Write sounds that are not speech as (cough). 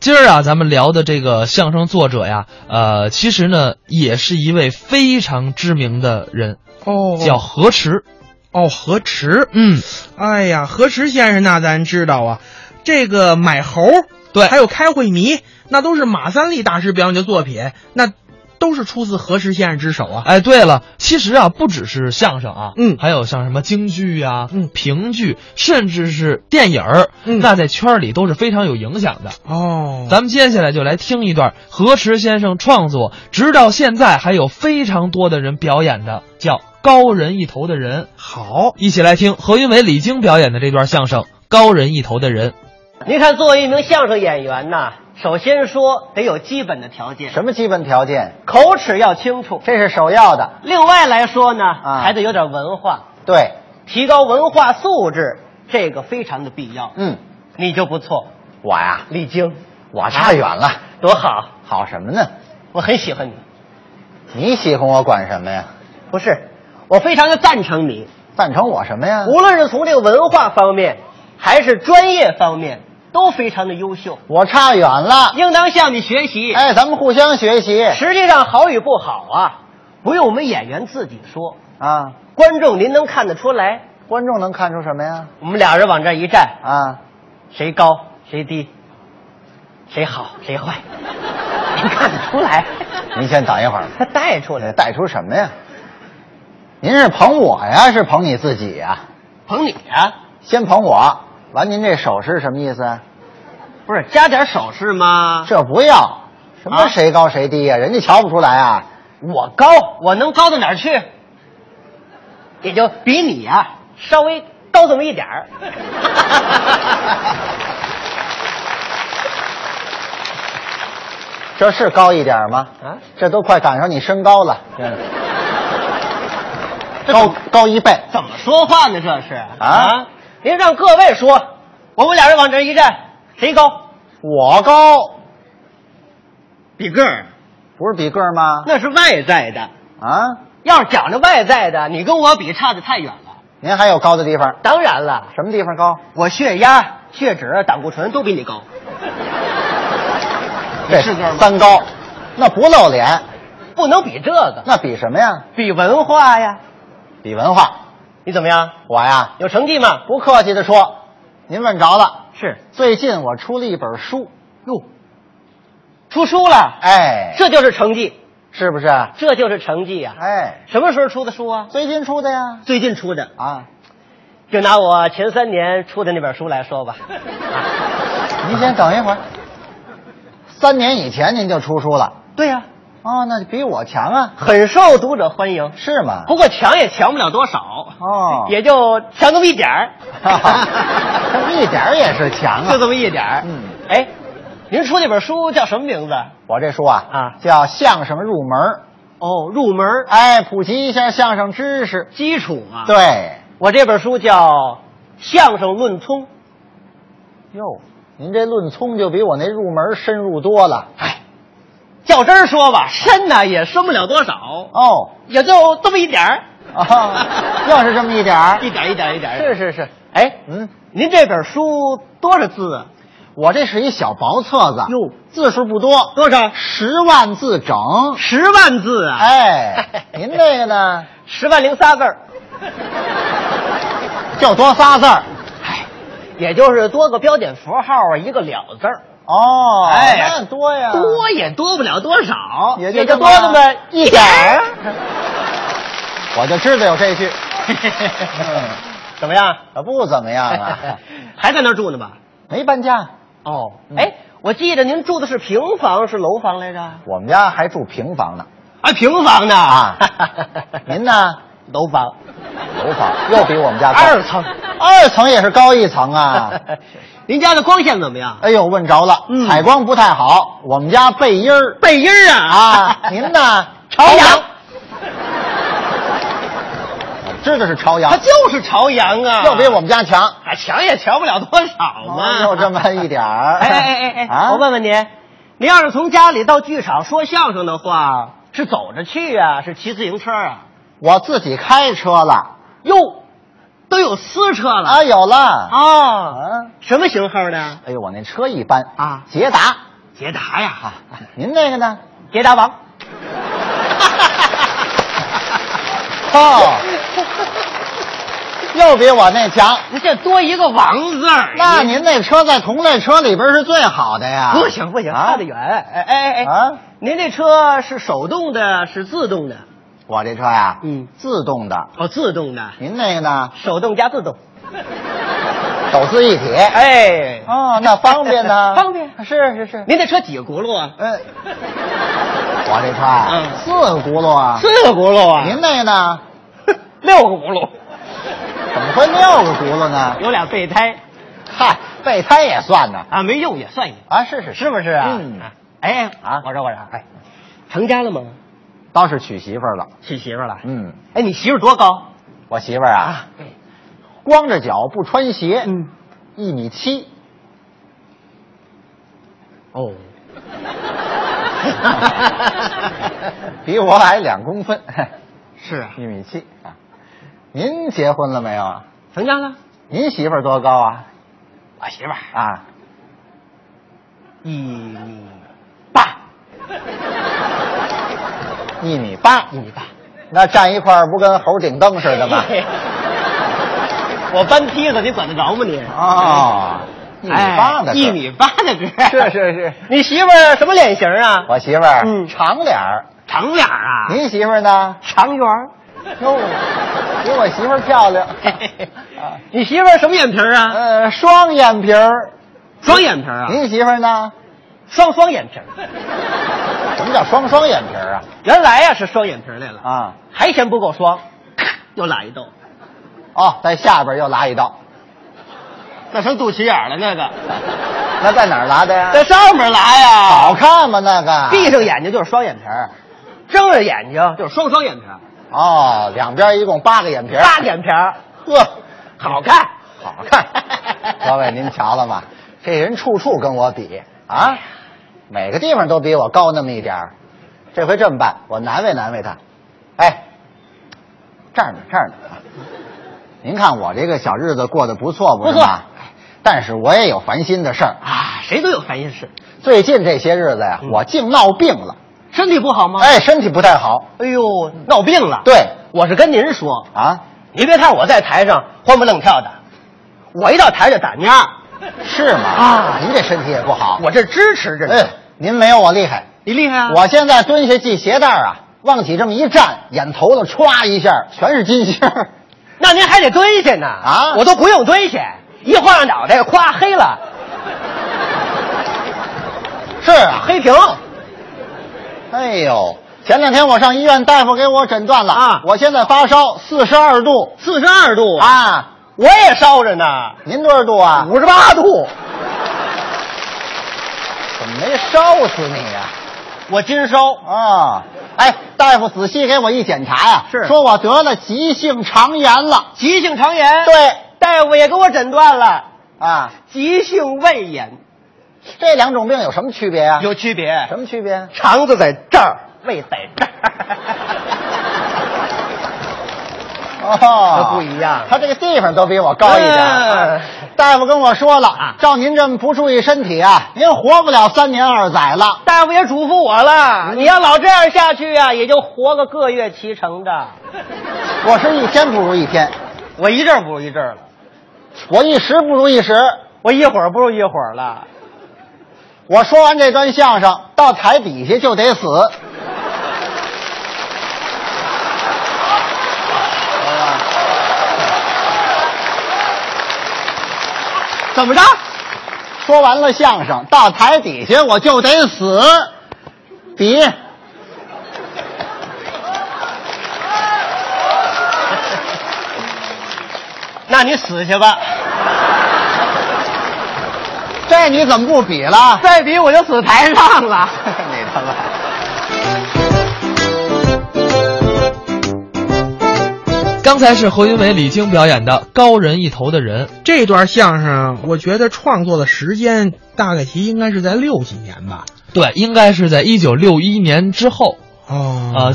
今儿啊，咱们聊的这个相声作者呀，呃，其实呢也是一位非常知名的人，哦，叫何池。哦何池，嗯，哎呀，何池先生那咱知道啊，这个买猴，对还有开会迷，那都是马三立大师表演的作品，那都是出自何池先生之手啊。哎，对了，其实啊，不只是相声啊，嗯还有像什么京剧啊、嗯评剧，甚至是电影儿，嗯那在圈儿里都是非常有影响的。哦，咱们接下来就来听一段何池先生创作，直到现在还有非常多的人表演的，叫《高人一头的人》。好，一起来听何云伟、李菁表演的这段相声《高人一头的人》。您看，作为一名相声演员呐，首先说得有基本的条件，什么基本条件？口齿要清楚。这是首要的。另外来说呢，啊还得有点文化，对，提高文化素质，这个非常的必要。嗯，你就不错，我呀，李菁，我差远了。多好，好什么呢？我很喜欢你。你喜欢我管什么呀？不是，我非常的赞成你，赞成我什么呀？无论是从这个文化方面，还是专业方面，都非常的优秀，我差远了。应当向你学习。哎，咱们互相学习实际上好与不好啊，不用我们演员自己说，啊！观众您能看得出来。观众能看出什么呀？我们俩人往这一站，啊，谁高谁低，谁好谁坏， (laughs) 您看得出来。您先等一会儿， (laughs) 他带出来，带出什么呀？您是捧我呀，是捧你自己呀？捧你啊，先捧我，完您这手势什么意思啊？不是加点手势吗？这不要，什啊么谁高谁低呀、人家瞧不出来啊。我高，我能高到哪儿去？也就比你啊稍微高这么一点儿。这是高一点吗？啊，这都快赶上你身高了，这高高一倍。怎么说话呢？这是啊？您让各位说，我们俩人往这一站，谁高？我高比个儿，不是比个儿吗？那是外在的。啊，要是讲着外在的，你跟我比差的太远了。您还有高的地方？当然了，什么地方高？我血压、血脂、胆固醇都比你高。这是个儿吗三高，那不露脸，不能比这个，那比什么呀？比文化呀。比文化。你怎么样？我呀，有成绩吗？不客气的说，您问着了。是，最近我出了一本书，哟，出书了，哎，这就是成绩，是不是？这就是成绩呀、哎，什么时候出的书啊？最近出的呀。最近出的，啊，就拿我前三年出的那本书来说 (laughs) 吧。 (laughs) 您先等一会儿。三年以前您就出书了，对呀、哦，那比我强啊，很受读者欢迎，是吗？不过强也强不了多少，哦 (laughs) 也就强那么一点 (laughs) 儿这么一点儿也是强啊 (laughs) 就！这么一点儿。嗯哎，您出那本书叫什么名字？我这书啊啊叫《相声入门儿哦，入门》，哎，普及一下相声知识。基础啊。，对，我这本书叫《相声论通》。哟，您这论聪就比我那入门深入多了。哎，较真儿说吧，深呢也深不了多少，哦，也就这么一点儿。啊，又是这么一点儿。 (laughs) 一点儿一点儿一点儿。是是是，哎，嗯，您这本书多少字啊？我这是一小薄册子，哟，字数不多，多少？十万字整。十万字啊！哎，您这 (laughs) 个呢，十万零仨字儿，就多仨字儿。哎也就是多个标点符号啊，一个了字儿，哦，哎那多呀，多也多不了多少，也就也就这多么那么一点儿。我就知道有这句。 (laughs) 嗯怎么样？可不怎么样 (laughs) 啊，还在那儿住呢吧？没搬家。哦嗯哎，我记得您住的是平房是楼房来着？啊，我们家还住平房呢。平房呢？ (laughs) 啊您呢？楼房，楼房又比我们家高二层。二层也是高一层 (laughs) 啊。您家的光线怎么样？哎呦，问着了，嗯采光不太好。我们家背 (laughs) 阴儿背阴儿啊 (laughs) 啊。您呢？朝阳，我知道是朝阳它，就是朝阳啊，又比我们家强。啊强也强不了多少嘛，哦又这么一点儿。 (laughs) 哎哎哎哎哎，啊！我问问您，您要是从家里到剧场说相声的话，是走着去啊，是骑自行车啊？我自己开车了哟，都有私车了啊，有了。啊啊什么型号的？哎呦，我那车一般啊捷达捷达啊呀，哈，您那个呢？捷达 (laughs) 王。哦，又比我那强。你这多一个王字儿，那你您那车在同类车里边是最好的呀。不行不行，啊差得远。哎哎哎，啊！您这车是手动的，是自动的？我这车呀，嗯，自动的。哦，自动的，您那个呢？手动加自动。手自一体。哎，哦，那方便呢？ (laughs) 方便是是是。您这车几个轱辘啊？呃，我这车啊嗯，四个轱辘啊。四个轱辘啊？您那个呢？六个轱辘，怎么会六个轱辘呢？有俩备胎嗨，备胎也算呢。啊，没用也算一个，啊，是是是不是啊？嗯，哎啊我说我说，哎，成家了吗？倒是娶媳妇儿了。娶媳妇了？嗯，哎，你媳妇多高？我媳妇儿啊，光着脚不穿鞋，嗯，一 (laughs) 米七。哦，比我矮两公分， (laughs) (laughs) 是啊，一米七啊。您结婚了没有啊？成家了。您媳妇儿多高啊？我媳妇儿啊，一米八，一米八，一米八，那站一块儿不跟猴顶灯似 (laughs) 的吗？我搬梯子，你管得着吗你？哦，一米八的、哎一，米八的个儿，是是是。 (laughs) 你媳妇儿什么脸型啊？我嗯媳妇儿、嗯长脸儿，长脸儿啊，您媳妇儿呢？长圆儿。哟，比我媳妇儿漂 (laughs) 亮。啊，你媳妇儿什么眼皮儿啊？呃，双眼皮儿。双眼皮儿啊，您媳妇儿呢？双双眼皮儿。什么叫双双眼皮儿啊？原来呀、是双眼皮儿来了，啊，还嫌不够 (laughs) 双，咔又来一刀，哦，在下边又拉一刀，那成肚脐眼儿了那个，那在哪儿拉的呀？ (laughs) 在上面来呀、好看吗？那个闭上眼睛就是双眼皮儿，睁着眼睛就是双双眼皮儿，哦，两边一共八个眼皮儿，大眼皮儿，呵，好看，好 (laughs) 看。各位您瞧了吗？这人处处跟我比啊，每个地方都比我高那么一点儿。这回这么办，我难为难为他。哎，这儿呢，这儿呢。啊您看我这个小日子过得不错，不是不错吗？但是我也有烦心的事儿。啊，谁都有烦心事，最近这些日子呀，嗯我竟闹病了，身体不好吗？，哎，身体不太好。哎呦，闹病了。，对我是跟您说，啊，您别看我在台上欢蹦愣跳的，我一到台上就打蔫儿，是吗？啊您这身体也不好。我这支持着你，哎，您没有我厉害。你厉害啊！我现在蹲下系鞋带啊，往起这么一站，眼头子歘一下，全是金星。 (laughs) 那您还得蹲下呢啊我都不用蹲下，一晃脑袋，咵黑了，是啊，黑屏。哎呦，前两天我上医院，大夫给我诊断了啊我现在发烧四十二度四十二度，啊，我也烧着呢，您多少度啊？五十八度。怎么没烧死你呀、我今烧啊？哎，大夫仔细给我一检查呀、是说我得了急性肠炎了。急性肠炎，对，大夫也给我诊断了啊，急性胃炎，这两种病有什么区别呀、有区别。什么区别？肠子在这儿，胃在 (laughs) 这儿，哦，不一样他这个地方都比我高一点。嗯大夫跟我说了，啊照您这么不注意身体啊，您活不了三年二载了。大夫也嘱咐我了，嗯你要老这样下去啊，也就活个个月其成 (laughs) 的。我是一天不如一天，我一阵儿不如一阵儿了，我一时不如一时。我一会儿不如一会儿了。我说完这段相声，到台底下就得死。怎么着？说完了相声，到台底下我就得死。比， (laughs) 那你死去吧，这你怎么不比了？再比我就死台上了。 (laughs) 你他妈！刚才是何云伟、李菁表演的《高人一头的人》。这段相声，我觉得创作的时间大概其应该是在六几年吧。对，应该是在一九六一年之后，哦呃，